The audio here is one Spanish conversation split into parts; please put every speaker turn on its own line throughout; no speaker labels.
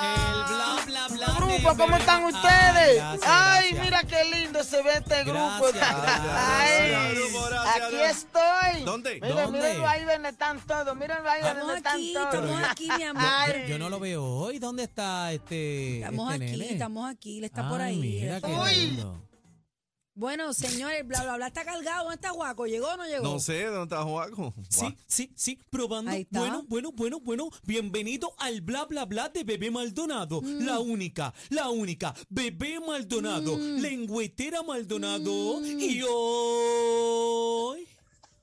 El bla bla bla.
grupo, ¿cómo están ustedes?
Ah,
Ay, mira qué lindo se ve este grupo.
Gracias, gracias,
Ay,
gracias, grupo, gracias,
aquí
gracias.
estoy.
¿Dónde?
Miren,
¿Dónde? Ah,
miren ahí donde están todos. Miren ahí
Estamos
donde están
aquí,
todos.
estamos aquí, mi amor.
Ay.
Yo no lo veo hoy. ¿Dónde está este?
Estamos
este
aquí,
nene?
estamos aquí, le está
Ay,
por ahí.
Mira
él
qué
está por ahí.
lindo.
Bueno, señores, bla, bla, bla, está cargado, ¿dónde está Guaco? ¿Llegó o no llegó?
No sé, ¿dónde está Juaco?
Sí, sí, sí, probando.
Ahí está.
Bueno, bueno, bueno, bueno. Bienvenido al bla bla bla de Bebé Maldonado.
Mm.
La única, la única. Bebé Maldonado,
Mm.
lengüetera Maldonado. Y hoy.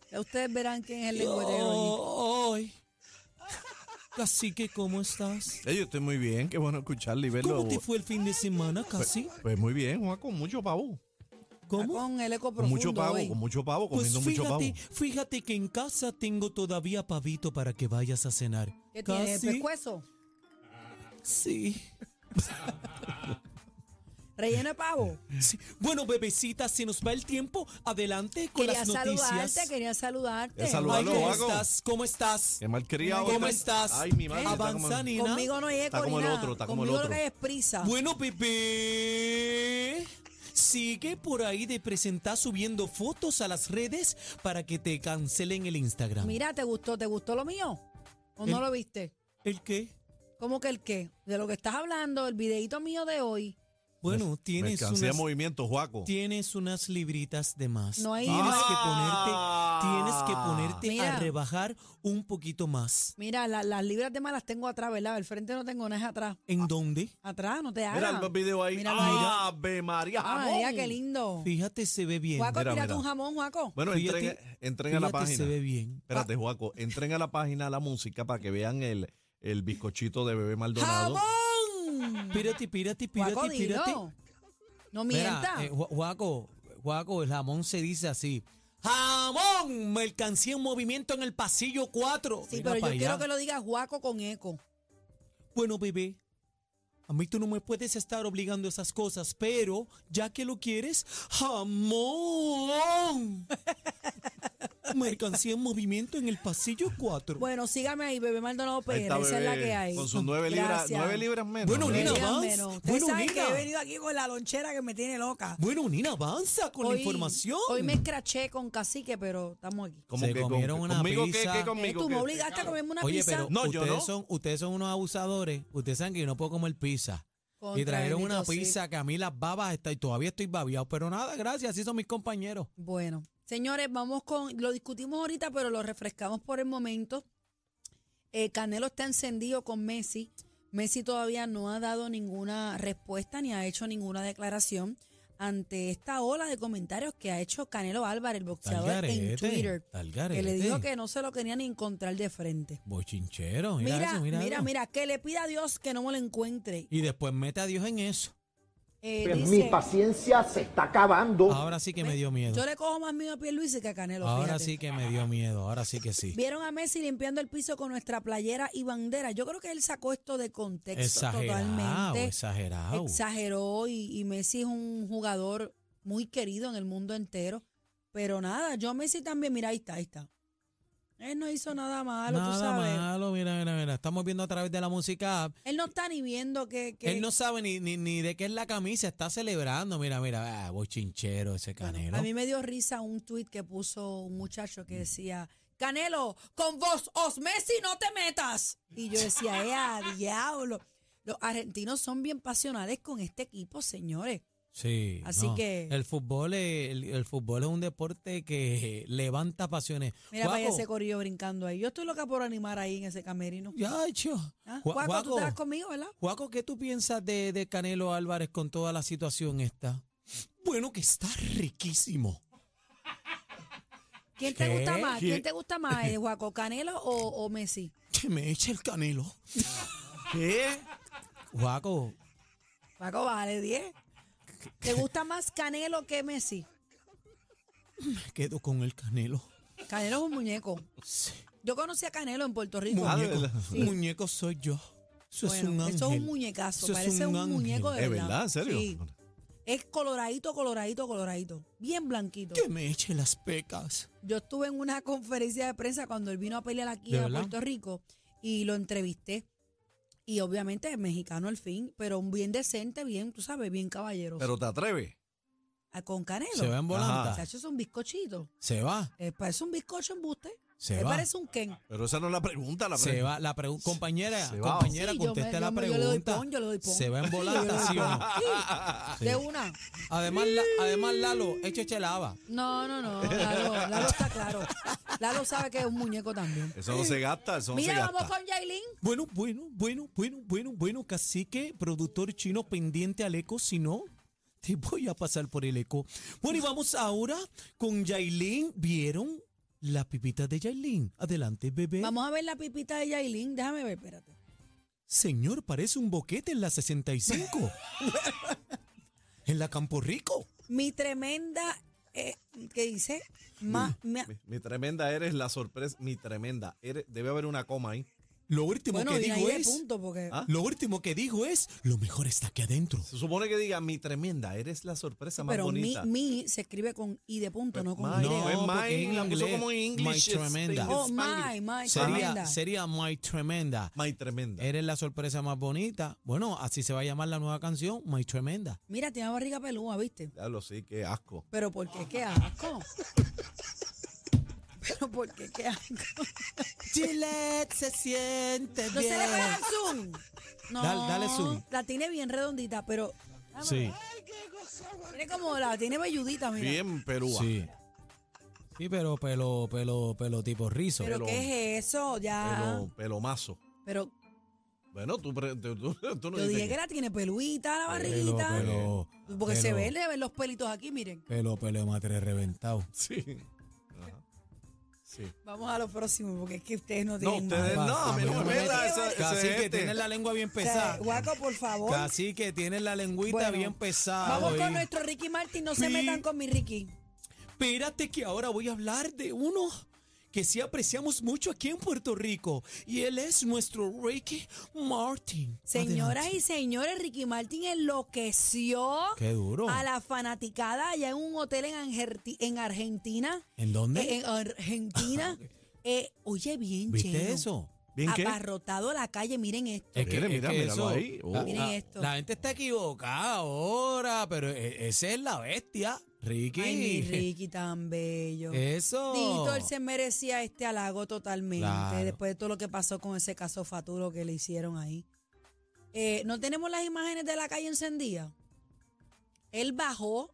Ya Ustedes verán quién es el lengüetero. hoy.
Hoy. Así que, ¿cómo estás?
Eh, yo estoy muy bien, qué bueno escucharle y verlo.
¿Cómo te fue el fin de semana, casi?
Pues muy bien, Juaco, mucho pavo.
Está
¿Cómo?
Con el eco
Con
profundo
mucho pavo,
hoy.
con mucho pavo,
Pues
comiendo mucho pavo.
fíjate, fíjate que en casa tengo todavía pavito para que vayas a cenar.
¿Qué tiene? ¿El
Casi.
pescuezo?
Sí.
¿Relleno de pavo?
Sí. Bueno, bebecita, se nos va el tiempo. Adelante con
Quería
las noticias.
saludarte, quería saludarte.
Ya saludó.
Ay,
Saludalo,
¿cómo
Vago.
estás? ¿Cómo estás?
Qué malcriado.
¿Cómo
está-
estás?
Ay, mi madre. está
Avanza,
como-
nena.
Conmigo no hay eco
Está como
ni
el
nada.
otro, está como el
Conmigo
otro.
lo que hay es prisa.
Bueno, bebé. Sigue por ahí de presentar subiendo fotos a las redes para que te cancelen el Instagram.
Mira, ¿te gustó? ¿Te gustó lo mío? ¿O
El-
no lo viste?
¿El qué?
¿Cómo que el qué? De lo que estás hablando, el videíto mío de hoy.
Bueno,
Me
tienes
cansé de
unas,
movimiento, Juaco.
tienes unas libritas de más.
No hay-
tienes
Ah.
que ponerte, tienes que ponerte
Mira.
a rebajar un poquito más.
Mira, la- las libras de más las tengo atrás, ¿verdad? El frente no tengo nada es atrás.
¿En dónde?
Atrás, no te
Mira
hagas.
el video ahí.
Míralo ahí.
Ave María.
Ah,
jamón.
María, qué lindo.
Fíjate, se ve bien.
Juaco,
Mira,
tírate
mira.
un jamón, Juaco.
Bueno,
Fíjate-
entren, entren a la
fíjate,
página.
se ve bien. Ah.
Espérate, Juaco, entren a la página la música para que vean el, el bizcochito de Bebé Maldonado.
Ah, ¡Jamón!
Pírate, pírate,
Juaco,
pírate, pírate.
dilo. No mienta.
Mira, eh, Ju- Juaco, Juaco, el jamón se dice así. ¡Jamón! Mercancía en movimiento en el pasillo 4.
sí, pero yo quiero que lo digas Juaco con eco.
Bueno, bebé, a mí tú no me puedes estar obligando a esas cosas, pero ya que lo quieres, ¡jamón! Mercancía en movimiento en el pasillo 4.
Bueno, sígame ahí, bebé Maldonado
Ahí
Pérez.
está,
Esa es la
bebé,
que hay.
Con sus nueve libras,
Gracias.
nueve libras menos.
Bueno,
¿verdad?
Nina,
Díganmelo.
avance.
Ustedes
Bueno,
saben que
Nina.
he venido aquí con la lonchera que me tiene loca.
Bueno, Nina, avanza con
Hoy-
la información.
Hoy me escraché con cacique, pero estamos aquí.
Como
Se
con-
comieron una
conmigo, ¿qué-
pizza.
¿Qué,
Eh,
Eh,
conmigo?
tú me
¿Qué-
obligaste a comerme una
Oye,
pizza.
pero
No, yo
ustedes,
no.
Son, ustedes son unos abusadores. Ustedes saben que yo no puedo comer pizza.
Contra,
y trajeron
bendito
una
sea.
pizza que a mí las babas está y todavía estoy babiado. Pero nada, gracias, así son mis compañeros.
Bueno, señores, vamos con, lo discutimos ahorita, pero lo refrescamos por el momento. Eh, Canelo está encendido con Messi. Messi todavía no ha dado ninguna respuesta ni ha hecho ninguna declaración ante esta ola de comentarios que ha hecho Canelo Álvarez, el
Está al
boxeador, en
garete,
Twitter,
está al
que le
garete.
dijo que no se lo quería ni encontrar de frente.
Bochinchero, mira,
Mira, mira,
eso, mira.
mira,
eso.
que le pida a Dios que no me lo encuentre.
Y después mete a Dios en eso.
Eh,
Pues mi
dice,
paciencia se está acabando.
Ahora sí que me dio miedo.
yo le cojo más miedo a Pierluisi que a Canelo.
Ahora
fíjate.
sí que me dio miedo, ahora sí que sí.
Vieron a Messi limpiando el piso con nuestra playera y bandera. Yo creo que él sacó esto de contexto
Exagerado,
totalmente.
exagerado.
Exageró y, y Messi es un jugador muy querido en el mundo entero. Pero nada, yo a Messi también, mira, ahí está, ahí está. Él no hizo nada malo, tú
Nada
sabes.
malo, mira, mira, mira. Estamos viendo a través de la música. app.
Él no está ni viendo que... que
Él no sabe ni, ni, ni de qué es la camisa, está celebrando. Mira, mira, ah, bochinchero ese
Bueno,
canelo.
a mí me dio risa un tuit que puso un muchacho que decía, Canelo, con vos, os Messi, no te metas. Y yo decía, ¡eh, a diablo! Los argentinos son bien pasionales con este equipo, señores.
Sí.
Así que-
El fútbol, es, el, el fútbol es un deporte que levanta pasiones.
Mira, vaya
Guaco,
ese corillo brincando ahí. Yo estoy loca por animar ahí en ese camerino.
Ya, hecho.
¿Ah? Juaco, tú te vas conmigo, ¿verdad?
Juaco, ¿qué tú piensas de, de Canelo Álvarez con toda la situación esta? Bueno, que está riquísimo.
¿Quién te
¿Qué?
gusta más? ¿Quién
¿Quién?
te gusta más, eh, Juaco? ¿Canelo o, o Messi?
Que me eche el Canelo.
¿Qué?
Juaco,
Juaco, vale, 10. ¿Te gusta más Canelo que Messi?
me quedo con el Canelo.
Canelo es un muñeco. Yo conocí a Canelo en Puerto Rico.
Ah, de
Muñeco,
verdad.
muñeco soy yo. Eso es
Bueno,
un ángel.
eso es un muñecazo,
Eso es
parece un,
ángel.
muñeco de
¿Es
verdad.
verdad? ¿En serio?
Sí. Es coloradito, coloradito, coloradito. Bien blanquito.
Que me eche las pecas.
Yo estuve en una conferencia de prensa cuando él vino a pelear aquí
¿De
a
verdad?
Puerto Rico y lo entrevisté. Y obviamente es mexicano al fin, pero un bien decente, bien, tú sabes, bien caballeroso.
Pero te atreves.
Ah, con canelo.
Se va en volanta.
Se ha hecho un bizcochito.
Se va,
Eh, parece un bizcocho embuste.
se
Eh,
va.
parece un Ken.
Pero esa no es la pregunta, la
Se
pregunta.
va, la pregunta, compañera,
Se va.
compañera,
Sí, yo me-
contesta
yo
la
me- yo
pregunta.
le doy pon, yo le doy pon.
Se va en volanta,
Sí,
¿sí
yo
o
le doy
no?
pon.
Ah, Sí.
De una.
Además, la- además Lalo, eche chelaba.
No, no, no. Lalo, Lalo está claro. Lalo sabe que es un muñeco también.
Eso no se gasta, eso no se
Mira,
gasta.
vamos con Yailin.
Bueno, bueno, bueno, bueno, bueno, bueno, cacique, productor chino pendiente al eco, si no, te voy a pasar por el eco. Bueno, y vamos ahora con Yailin. ¿Vieron la pipita de Yailin? Adelante, bebé.
Vamos a ver la pipita de Yailin. Déjame ver, espérate.
Señor, parece un boquete en la 65. en la Campo Rico.
Mi tremenda, eh, ¿qué dice? Ma- ma-
Mi, mi tremenda eres la sorpresa. Mi tremenda eres. Debe haber una coma ahí.
Lo último
bueno,
que
viene ahí
dijo
de
es.
punto porque...
Ah,
Lo último que dijo es, lo mejor está aquí adentro.
Se supone que diga mi tremenda eres la sorpresa más
pero mi,
bonita.
mi se escribe con I de punto,
Pues
no con
my,
Y.
no, es
porque
my,
en
la puso
inglés,
como en
my
English,
tremenda.
Spanish.
Oh, my, my,
Sería,
tremenda.
sería My Tremenda.
My tremenda.
Eres la sorpresa más bonita. Bueno, así se va a llamar la nueva canción, My Tremenda.
Mira, tiene una barriga pelúa, ¿viste?
Diablo, sí, qué asco.
Pero ¿por qué? ¿Qué asco? Pero ¿por qué? ¿Qué asco?
Gillette se siente
No se le puede dar zoom. No,
Dale- dale zoom.
La tiene bien redondita, pero... Ah,
Sí,
Tiene como la tiene velludita, mira.
Bien, Perúa.
sí. Sí, pero pelo, pelo, pelo tipo rizo.
Pero ¿qué es eso? Ya.
Pelo, pelomazo.
Pero,
Bueno, tú, pre- tú, tú- tú no
yo
dices
dije que la tiene peluita la
pelo,
barriguita.
pelo,
porque se
pelo,
ven, le ven los pelitos aquí, miren.
Pelo, pelo de madre reventado.
Sí. Ajá. Sí.
Vamos a lo próximo, porque es que ustedes no
No,
tienen
ustedes
nada.
va,
no,
va,
a mí no
va,
me
va.
metas. esa- esa
Casi que
gente.
tienes la lengua bien
O sea,
pesada.
Guaco, por favor.
Casi que tienes la lengüita
Bueno,
bien pesada.
Vamos con
oí.
nuestro Ricky Martin, no se
Sí.
metan con mi Ricky.
Espérate que ahora voy a hablar de uno que sí apreciamos mucho aquí en Puerto Rico. Y él es nuestro Ricky Martin.
Señoras
Adelante.
y señores, Ricky Martin enloqueció
Qué duro.
a la fanaticada allá en un hotel en, Angerti- en Argentina.
¿En dónde? Ah,
Eh, En Argentina. Eh, oye, bien
¿Viste
lleno.
eso?
¿Bien qué?
Abarrotado la calle, miren esto.
Mira, mira, míralo ahí. Oh.
la,
Miren
la-
esto.
la gente está equivocada ahora, pero e- esa es la bestia. Ricky.
Ay, mi Ricky tan bello.
Eh, Eso.
Tito, él se merecía este halago totalmente
Claro.
después de todo lo que pasó con ese caso faturo que le hicieron ahí. Eh, no tenemos las imágenes de la calle encendida. Él bajó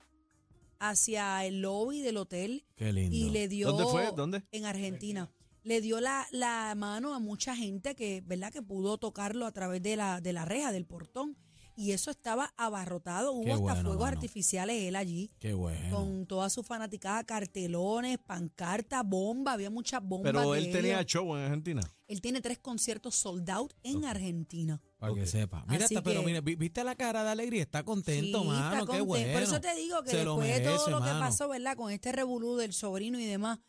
hacia el lobby del hotel
Qué lindo.
y le dio
¿Dónde fue? ¿Dónde?
en Argentina. Le dio la, la mano a mucha gente que, ¿verdad? Que pudo tocarlo a través de la, de la reja, del portón. Y eso estaba abarrotado. Hubo
Qué
hasta
bueno,
fuegos
mano.
artificiales él allí
Qué bueno.
con toda su fanaticada, cartelones, pancartas, bomba, había muchas bombas.
Pero
de
él tenía
ellos.
show en Argentina.
él tiene tres conciertos sold out en Argentina.
Para que
Ok.
sepa. Mira,
Así
está- pero
que-
mira, vi- viste la cara de alegría. Está contento,
Sí,
mano.
está
Qué
contento.
bueno.
Por eso te digo que
Se lo
después de todo
merece,
lo que
mano.
pasó, ¿verdad? Con este revolú del sobrino y demás,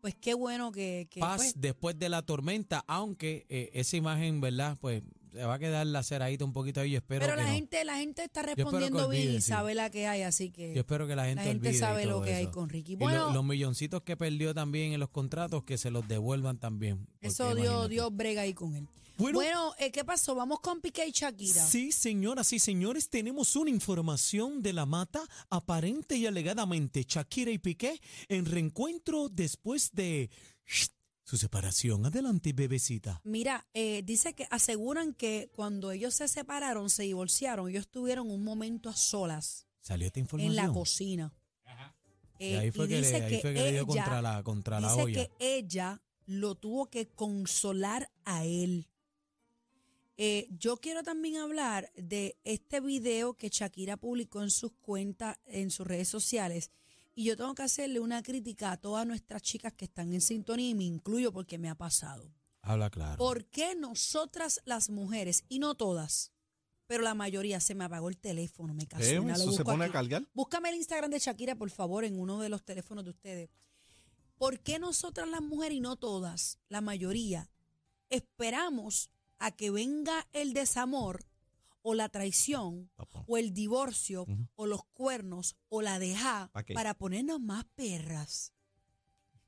pues qué bueno que, que,
Paz
pues,
después de la tormenta, aunque eh, esa imagen, ¿verdad? Pues se va a quedar la ceradita un poquito ahí. Yo espero
pero,
que
la
no.
gente, la gente está
espero que
respondiendo bien
olvide,
y
sí.
sabe la que hay, así que
Yo espero que la gente,
la gente
olvide y
sabe lo
todo
que hay
eso.
con Ricky.
Y lo-
Bueno,
los milloncitos que perdió también en los contratos, que se los devuelvan también. porque
eso dio,
imagínate.
dio brega ahí con él. Bueno,
Bueno.
eh, ¿qué pasó? Vamos con Piqué y Shakira.
Sí, señoras y señores, tenemos una información de la mata aparente y alegadamente. Shakira y Piqué en reencuentro después de su separación. Adelante, bebecita.
Mira, eh, dice que aseguran que cuando ellos se separaron, se divorciaron, ellos tuvieron un momento a solas
Salió esta información.
en la cocina. Eh,
Y ahí fue
y
que
dice
le, ahí fue que le dio
ella-
contra la, contra la
dice
olla.
que ella lo tuvo que consolar a él. Eh, yo quiero también hablar de este video que Shakira publicó en sus cuentas, en sus redes sociales. Y yo tengo que hacerle una crítica a todas nuestras chicas que están en sintonía y me incluyo porque me ha pasado.
Habla claro.
¿Por qué nosotras las mujeres, y no todas, pero la mayoría, se me apagó el teléfono, me casó?
Eh,
nena, lo
eso se
busco
pone a
aquí.
cargar.
Búscame el Instagram de Shakira, por favor, en uno de los teléfonos de ustedes. ¿Por qué nosotras las mujeres, y no todas, la mayoría, esperamos a que venga el desamor o la traición
Papá.
o el divorcio
Ujú.
o los cuernos o la deja
¿Pa qué?
para ponernos más perras?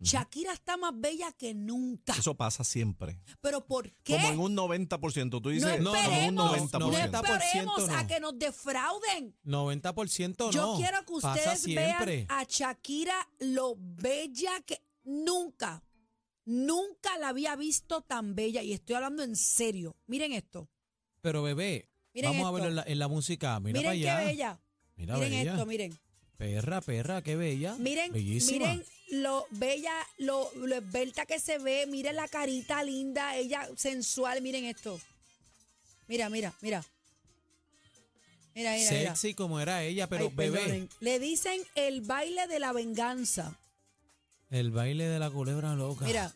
Ujú.
Shakira está más bella que nunca.
Eso pasa siempre.
Pero ¿por qué?
Como en un 90%. Tú
no
dices,
no,
como un
esperemos, no,
90%.
esperemos
90%
a
no.
que nos defrauden.
90% no.
Yo quiero que
Pasa
ustedes
siempre.
vean a Shakira lo bella que nunca, nunca la había visto tan bella. Y estoy hablando en serio. Miren esto.
Pero bebé,
Miren
vamos a
esto.
verlo en la, en la música. Mira
miren
para
qué
allá.
bella.
Mira
miren
bella.
esto, miren.
Perra, perra, qué bella.
Miren,
Bellísima.
miren lo bella, lo, lo esbelta que se ve. Miren la carita linda, ella sensual. Miren esto. Mira, mira, mira. Mira, mira, mira.
Sexy como era ella, pero
Ay,
bebé.
perdonen. Le dicen el baile de la venganza.
El baile de la culebra loca.
Mira,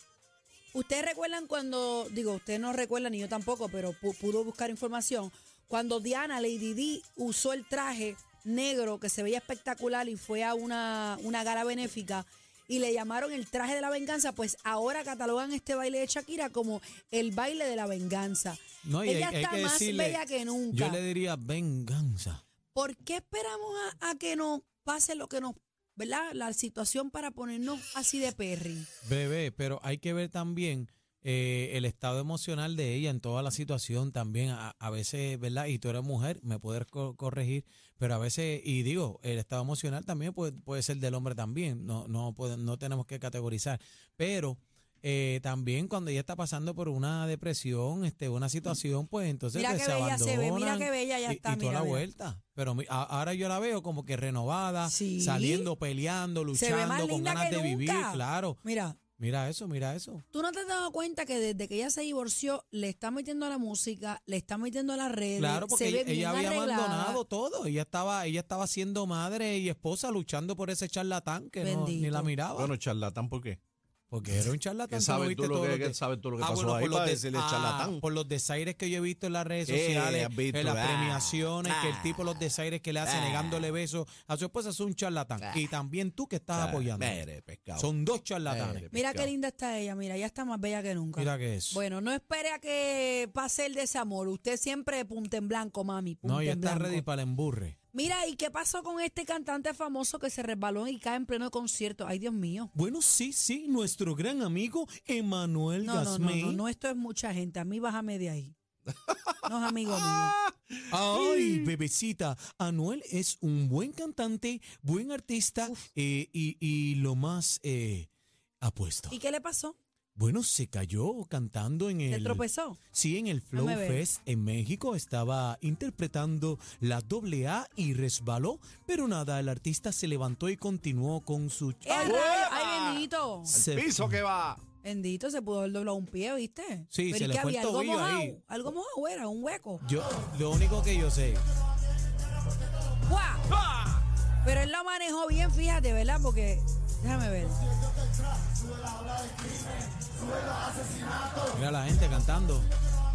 ustedes recuerdan cuando, digo, ustedes no recuerdan ni yo tampoco, pero pu- pudo buscar información, cuando Diana Lady D usó el traje negro que se veía espectacular y fue a una, una gala benéfica y le llamaron el traje de la venganza, pues ahora catalogan este baile de Shakira como el baile de la venganza.
No, y
Ella
hay- hay
está
que
más
decirle,
bella que nunca.
Yo le diría venganza.
¿Por qué esperamos a, a que nos pase lo que nos, ¿verdad? La situación para ponernos así de perry.
Bebé, pero hay que ver también eh, el estado emocional de ella en toda la situación también. A, a veces, ¿verdad? Y tú eres mujer, me puedes co- corregir, pero a veces, y digo, el estado emocional también puede, puede ser del hombre también. No, no, puede- no tenemos que categorizar. Pero eh, también cuando ella está pasando por una depresión, este, una situación, pues entonces
Mira
pues,
qué
se
bella se ve, mira
abandonan
qué bella ya
y,
está.
y toda
mira,
la
mira.
vuelta. Pero mi- a- ahora yo la veo como que renovada,
Sí.
saliendo, peleando,
Se ve más
luchando, con
linda
ganas
que
de vivir,
nunca.
claro.
Mira,
Mira eso, mira eso.
tú no te has dado cuenta que desde que ella se divorció, le está metiendo a la música, le está metiendo a las redes.
Claro, porque
se ve
ella,
bien
ella había
arreglada.
abandonado todo. Ella estaba, ella estaba siendo madre y esposa luchando por ese charlatán que no- ni
Bendito.
la miraba.
Bueno, charlatán, ¿por qué?
porque era un charlatán.
¿Qué
¿tú
sabes
no
tú
viste
lo
todo
que- qué sabes tú lo que pasó ahí
Ah, por los
para
de-
decirle charlatán?
ah, Por los desaires que yo he visto en las redes
Eh,
sociales,
has visto,
en las
ah,
premiaciones, que el tipo los desaires que le hace negándole besos a su esposa es un charlatán.
Ah.
y también tú que estás apoyando.
Eh, Mere, pescado.
Son dos charlatanes.
Mere,
Mira qué
pescado.
linda está ella, mira, ella está más bella que nunca.
Mira que es.
Eh, Bueno, no espere a que pase el desamor. Usted siempre punta en blanco, mami. Punta
no, y
en
está
blanco.
ready para el emburre.
Mira, ¿y qué pasó con este cantante famoso que se resbaló y cae en pleno concierto? Ay, Dios mío.
Bueno, sí, sí, nuestro gran amigo Emanuel
No, no, no,
Gasmey.
no, no, esto es mucha gente. A mí bájame de ahí. No es amigo mío.
Ay, bebecita, Anuel es un buen cantante, buen artista eh, y, y lo más eh, apuesto.
¿Y qué le pasó?
Bueno, se cayó cantando en
¿Se
el...
tropezó?
Sí, en el Flow
Déjame ver.
Fest en México estaba interpretando la doble A y resbaló, pero nada, el artista se levantó y continuó con su...
¡Eh, rayos! ¡Ay, bendito!
Se-
Piso que va.
Bendito, se pudo haber doblado un pie, ¿viste?
Sí,
Pero
se
¿y
le
qué
fue el
había? ¿Algo
tobillo
mojado?
ahí.
Algo mojado era, un hueco.
Yo, lo único que yo sé, Ah.
¡Guau! Pero él lo manejó bien, fíjate, ¿verdad? Porque, déjame ver.
mira la gente cantando,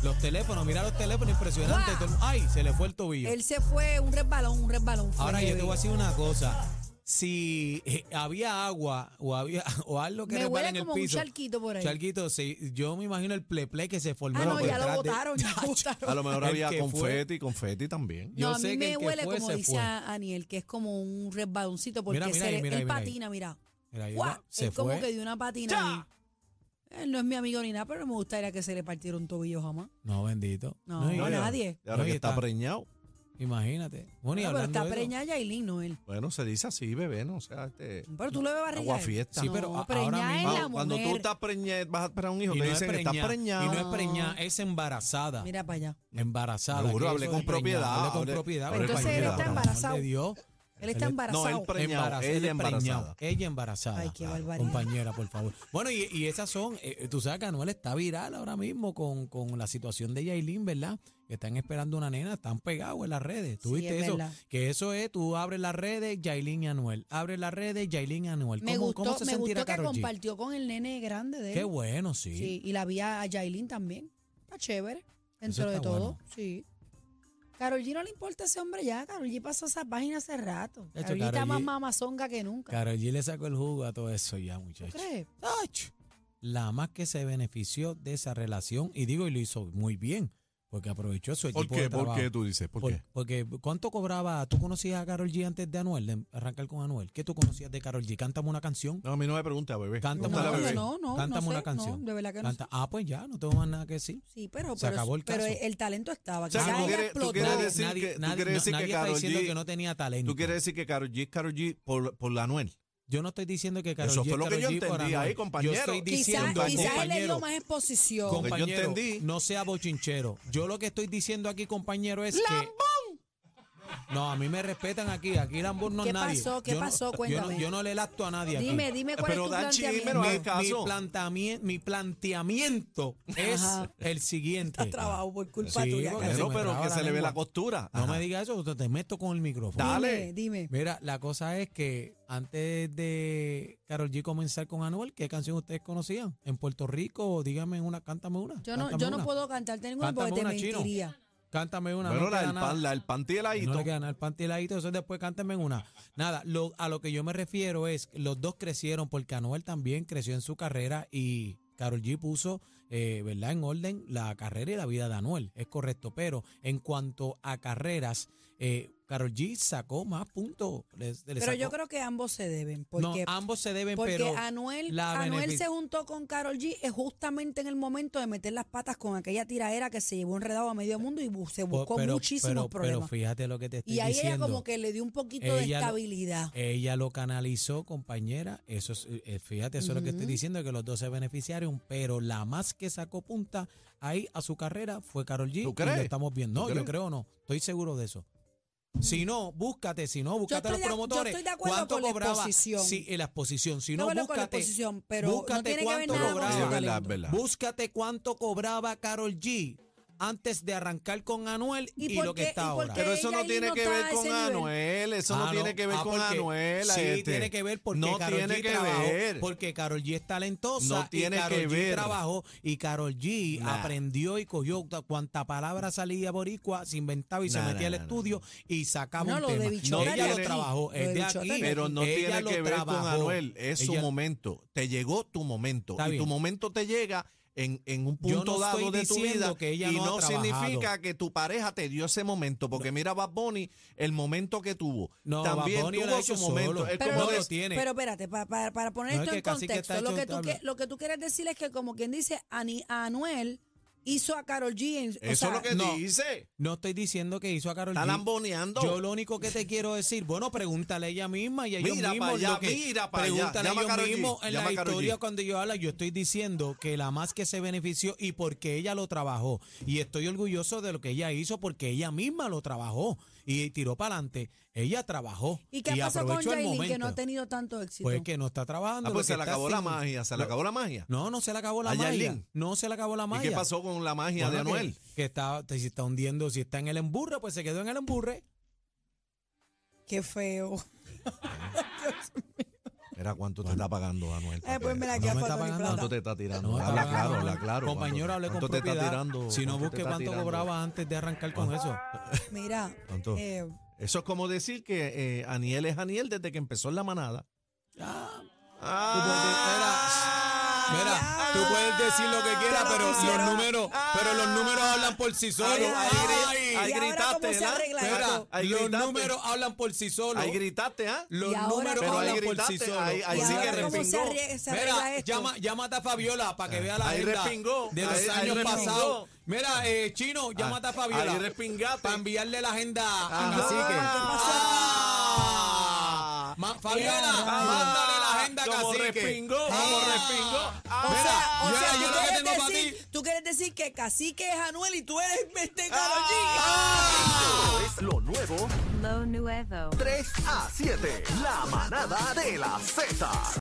los teléfonos, mira los teléfonos, impresionante.
¡Guau!
todo el- Ay, se le fue el tobillo.
Él se fue un resbalón, un resbalón. fue
Ahora yo
heavy.
te voy a decir una cosa. Si eh, había agua o había o algo que
Me
resbala
huele
en el
como un
piso.
charquito por ahí.
Charquito, sí, yo me imagino el pleple que se formó
Ah, no,
por
ya
detrás
lo
de-
botaron, ya lo botaron.
A lo mejor
El
había
que fue.
confeti, confeti también.
yo
no, a
sé
mí
que
me
el que
huele,
fue,
como
se
dice
fue.
Aniel, que es como un resbaloncito, porque
Mira, mira
se
ahí,
le-
mira
él
ahí, mira ahí.
patina, mira.
Mira, ahí
¡Guau!
va, se
él como
fue.
que dio una patina ahí. Él no es mi amigo ni nada, pero me gustaría que se le partiera un tobillo jamás.
No, bendito.
No,
y-
no,
y ahora-
nadie.
y ahora
No, y
que está
está-
preñado.
Imagínate. Bueno, y
No, pero
hablando
está
de eso-
preñada Yailin, no él.
Bueno, se dice así, bebé, ¿no? O sea, este.
Pero tú le ves barriga.
Agua
a él.
fiesta.
Sí, pero
No,
a-
preñada
ahora
es
mismo-
la
Cuando- Cuando tú
mujer.
estás preñada, vas a esperar un hijo,
y
te
no es
dicen que estás
preñada,
preñado.
Y no es preñada, es embarazada.
Mira para allá.
Embarazada.
Seguro,
¿qué
hablé
es
con
eso de preñada?
propiedad,
Hablé con
hablé-
propiedad.
hablé
Entonces él
compañera,
está
por el amor
embarazado.
de Dios.
Él está embarazado.
no, él preñado, ella embarazada.
Ella embarazada.
Ay, qué
Claro,
barbaridad.
Compañera, por favor. Bueno, y, y esas son, eh, tú sabes que Anuel está viral ahora mismo con, con la situación de Yailin, ¿verdad? Que están esperando una nena, están pegados en las redes. ¿Tú
Sí,
viste
es
eso?
verdad.
Que eso es, tú abres las redes, Yailin y Anuel. Abres las redes, Yailin y Anuel.
me
¿Cómo,
gustó,
cómo se
me
sentirá
gustó que
Karol G?
compartió con el nene grande de él.
Qué bueno, sí.
Sí, y la vi a Yailin también. Está chévere. Dentro
está
de todo,
bueno.
sí. Carol G no le importa ese hombre ya. Carol G pasó esa página hace rato.
De hecho,
Carol G está
Karol
más
G-
mamazonga que nunca.
Karol G le sacó el jugo a todo eso ya,
¿Tú
muchachos.
crees?
Ach, La más que se benefició de esa relación, y digo, y lo hizo muy bien, porque aprovechó su equipo
¿Por qué?
de
¿Por
trabajo.
qué tú dices? ¿Por,
Por-
qué?
Porque ¿cuánto cobraba? ¿Tú conocías a Carol G antes de Anuel, de arrancar con Anuel? ¿Qué tú conocías de Carol G? Cántame una canción.
No, a mí no me pregunta, bebé.
Cántame
Pregúntale
una
a
no,
bebé.
canción.
no, no,
Cántame
no sé,
una canción.
no, de verdad que no
Canta- Ah, pues ya, no tengo más nada que decir.
Sí, pero,
Se
pero,
acabó el
pero
caso.
el talento estaba.
O sea,
Quizás
tú
ella
quieres- tú
explotó.
quieres decir que- tú quieres decir que
nadie está
Karol
diciendo
G-
que no tenía talento.
¿Tú quieres decir que Karol G es Karol G por, por la Anuel?
Yo no estoy diciendo que Karol
Eso
G
fue lo
Karol
que yo
G por
entendí
Anuel.
ahí, compañero.
Yo estoy
Quizá-
Quizás
diciendo,
quizás él le dio
compañero,
más exposición.
Con-
compañero,
Yo entendí.
no sea bochinchero. Yo lo que estoy diciendo aquí, compañero, es que... No, a mí me respetan aquí. Aquí Lambón no es
¿Qué
nadie.
pasó? ¿Qué
Yo no-
pasó?
yo no-
Cuéntame.
Yo no, le lacto a nadie aquí.
Dime, dime cuál
Pero
es tu
da chisme,
planteamiento.
mi,
no hay caso.
mi planteamien- mi planteamiento es
Ajá.
el siguiente.
Está trabado por culpa
Sí,
tuya.
porque
Carol.
se
Pero,
me
pero
traba
que
la
se le ve
lengua.
la costura.
No
Ajá.
me digas eso, te- te meto con el micrófono.
Dime,
Dale.
dime.
Mira, la cosa es que antes de Carol G comenzar con Anuel, ¿qué canción ustedes conocían? En Puerto Rico, dígame una, cántame una.
Yo no,
cántame
yo no
una.
puedo cantarte ninguna porque
Cántame
te
una, Chino.
mentiría.
Cántame una.
Bueno,
no
la,
queda
del
nada.
pan, la del panty heladito.
No le quedan al pantiladito, eso después cántame una. Nada, lo- a lo que yo me refiero es, los dos crecieron, porque Anuel también creció en su carrera y Carol G puso, eh, ¿verdad?, en orden la carrera y la vida de Anuel, es correcto. Pero en cuanto a carreras, eh, Carol G sacó más puntos. le- le
Pero
sacó-
yo creo que ambos se deben.
no,
Porque,
ambos se deben,
porque
Eh, pero
Anuel,
la
Anuel
benefic-
se juntó con Carol G es justamente en el momento de meter las patas con aquella tiraera que se llevó enredado a medio mundo y bu- se
po-
buscó
Pues, pero-
muchísimos
pero- Pero
problemas.
fíjate lo que te estoy
y ahí ella
diciendo.
como que le dio un poquito de
Ella lo- eh,
estabilidad.
Ella lo canalizó, compañera. Eso es, eh, fíjate, eso es lo que estoy diciendo, que los dos se beneficiaron, pero la más que sacó punta ahí a su carrera fue Carol G.
¿Tú
y
crees?
lo estamos viendo. No,
¿Tú
yo
crees?
creo no. Estoy seguro de eso. Si no, búscate, si no, búscate a
estoy
los
de- yo
promotores.
estoy de acuerdo
¿Cuánto
con la
cobraba?
exposición.
Sí, en la exposición. Si
No
no,
me lo con la
búscate.
exposición, pero no
búscate
tiene que ver
cuánto
nada con
cobraba.
su
Sí, es verdad,
talento.
es verdad.
Búscate cuánto cobraba Carol G antes de arrancar con Anuel y,
por
lo que
qué-
está
y por
ahora.
qué
Pero eso
ella
no
ahí
tiene
no
que
está
ver
a
con
ese nivel?
Anuel, eso no
Ah,
tiene que ver
Ah,
con
porque-
Anuel.
Sí,
este.
tiene que ver porque
no
Karol
tiene
G
que
trabajó,
ver.
porque Carol G es talentosa
No tiene
y Karol
que
G
ver.
trabajó y Carol G
Nah.
aprendió y cogió ta- cuanta palabra salía boricua, se inventaba y se
Nah,
metía
nah,
al
nah,
estudio y sacaba
No,
un
lo de
tema.
bichota
ella
es
lo
de aquí.
trabajó,
Lo de
es de
bichota
aquí,
es de
Pero
aquí.
no
ella
tiene
lo
que ver con
trabajó.
Anuel, es su
Ella-
momento. Te llegó tu momento
Está
y tu
bien.
momento te llega en, en un
Yo no
punto dado
estoy
de tu
diciendo
vida
que ella
y
no ha
no,
trabajado.
significa que tu pareja te dio ese momento, porque mira Bad Bunny, el momento que tuvo,
No,
también
Bad Bunny lo ha
tuvo
hecho
su momento.
solo.
Es
Pero
como
no
de-
lo tiene.
Pero espérate, pa- pa- para poner
No,
esto
es que
en
casi que está
contexto, lo
hecho
que, tú
tabla.
que- lo que tú quieres decir es que como quien dice, a, ni- a Anuel hizo a Carol G. en- o
eso
sea,
es lo que
no.
dice.
No estoy diciendo que hizo a Carol
Está
G.
lamboneando. Ah,
Yo lo único que te quiero decir, bueno, pregúntale a ella misma y a ellos
Mira pa'
mismos.
allá,
lo que-
mira pa' allá.
Pregúntale
Llama a
a
Karol
ellos
G,
mismos en
llama
la
a Karol G.
historia cuando yo hablo. Yo estoy diciendo que la más que se benefició y porque ella lo trabajó. Y estoy orgulloso de lo que ella hizo porque ella misma lo trabajó y tiró para adelante. Ella trabajó.
¿Y qué pasó con
aprovechó el
Jailin que
momento.
no ha tenido tanto éxito?
Pues que no está trabajando.
Ah,
lo
pues
que
se le
está
acabó la
haciendo.
magia, se le
Lo-
acabó la magia.
No, no se le acabó la
A
magia.
Yailin.
No se le acabó la
¿Y
magia.
qué pasó con la magia de
Bueno, que-
Anuel?
Que, está, si está hundiendo, si está en el emburre, pues se quedó en el emburre.
Qué feo.
Mira cuánto te está pagando Anuel.
Eh, pues me la
Ah, No
queda
me está
faltando ni
pagando.
plata.
¿Cuánto te está tirando?
No,
habla
está
claro,
pagando.
habla claro.
Compañero, hable
¿Cuánto-
con
cuánto te está
propiedad.
tirando?
si no,
¿Cuánto te
busque
está
cuánto
tirando? Ah.
cobraba antes de arrancar con eso.
Mira,
¿Cuánto?
eh,
Eso es como decir que eh, Aniel es Aniel desde que empezó en la manada. Ah.
Mira, tú puedes decir lo que quieras,
pero los quisieron-
números, pero los números hablan por sí solos.
Ah. ahí,
¿y ahora
gritaste,
cómo se
¿verdad?
arregla esto?
ahí gritaste.
hablan por sí solos.
Ahí gritaste, ¿ah?
Los
Y ahora
Pero
cómo-
ahí
hablan
gritaste, ahí, ahí
¿Y
sí que
ahora cómo se
respingó.
arregla- se arregla esto?
llámate a Fabiola para que vea
Ah. ahí respingó, ahí- ahí respingó. Ah,
Mira, eh, Chino, llámate a
ahí respingaste.
pa' enviarle la agenda
Ajá.
Ah. Ma- Fabiola,
Ah,
mándale la agenda a
como
cacique.
respingó, como
Ah.
respingó.
o
Ah,
sea, o
Mira,
sea,
yo
tú
lo que
quieres
tengo pa' ti.
decir-
Ah,
tú tú quieres decir que cacique es Anuel y tú eres este
Es lo nuevo. Lo nuevo. 3 a 7. La manada de la Z.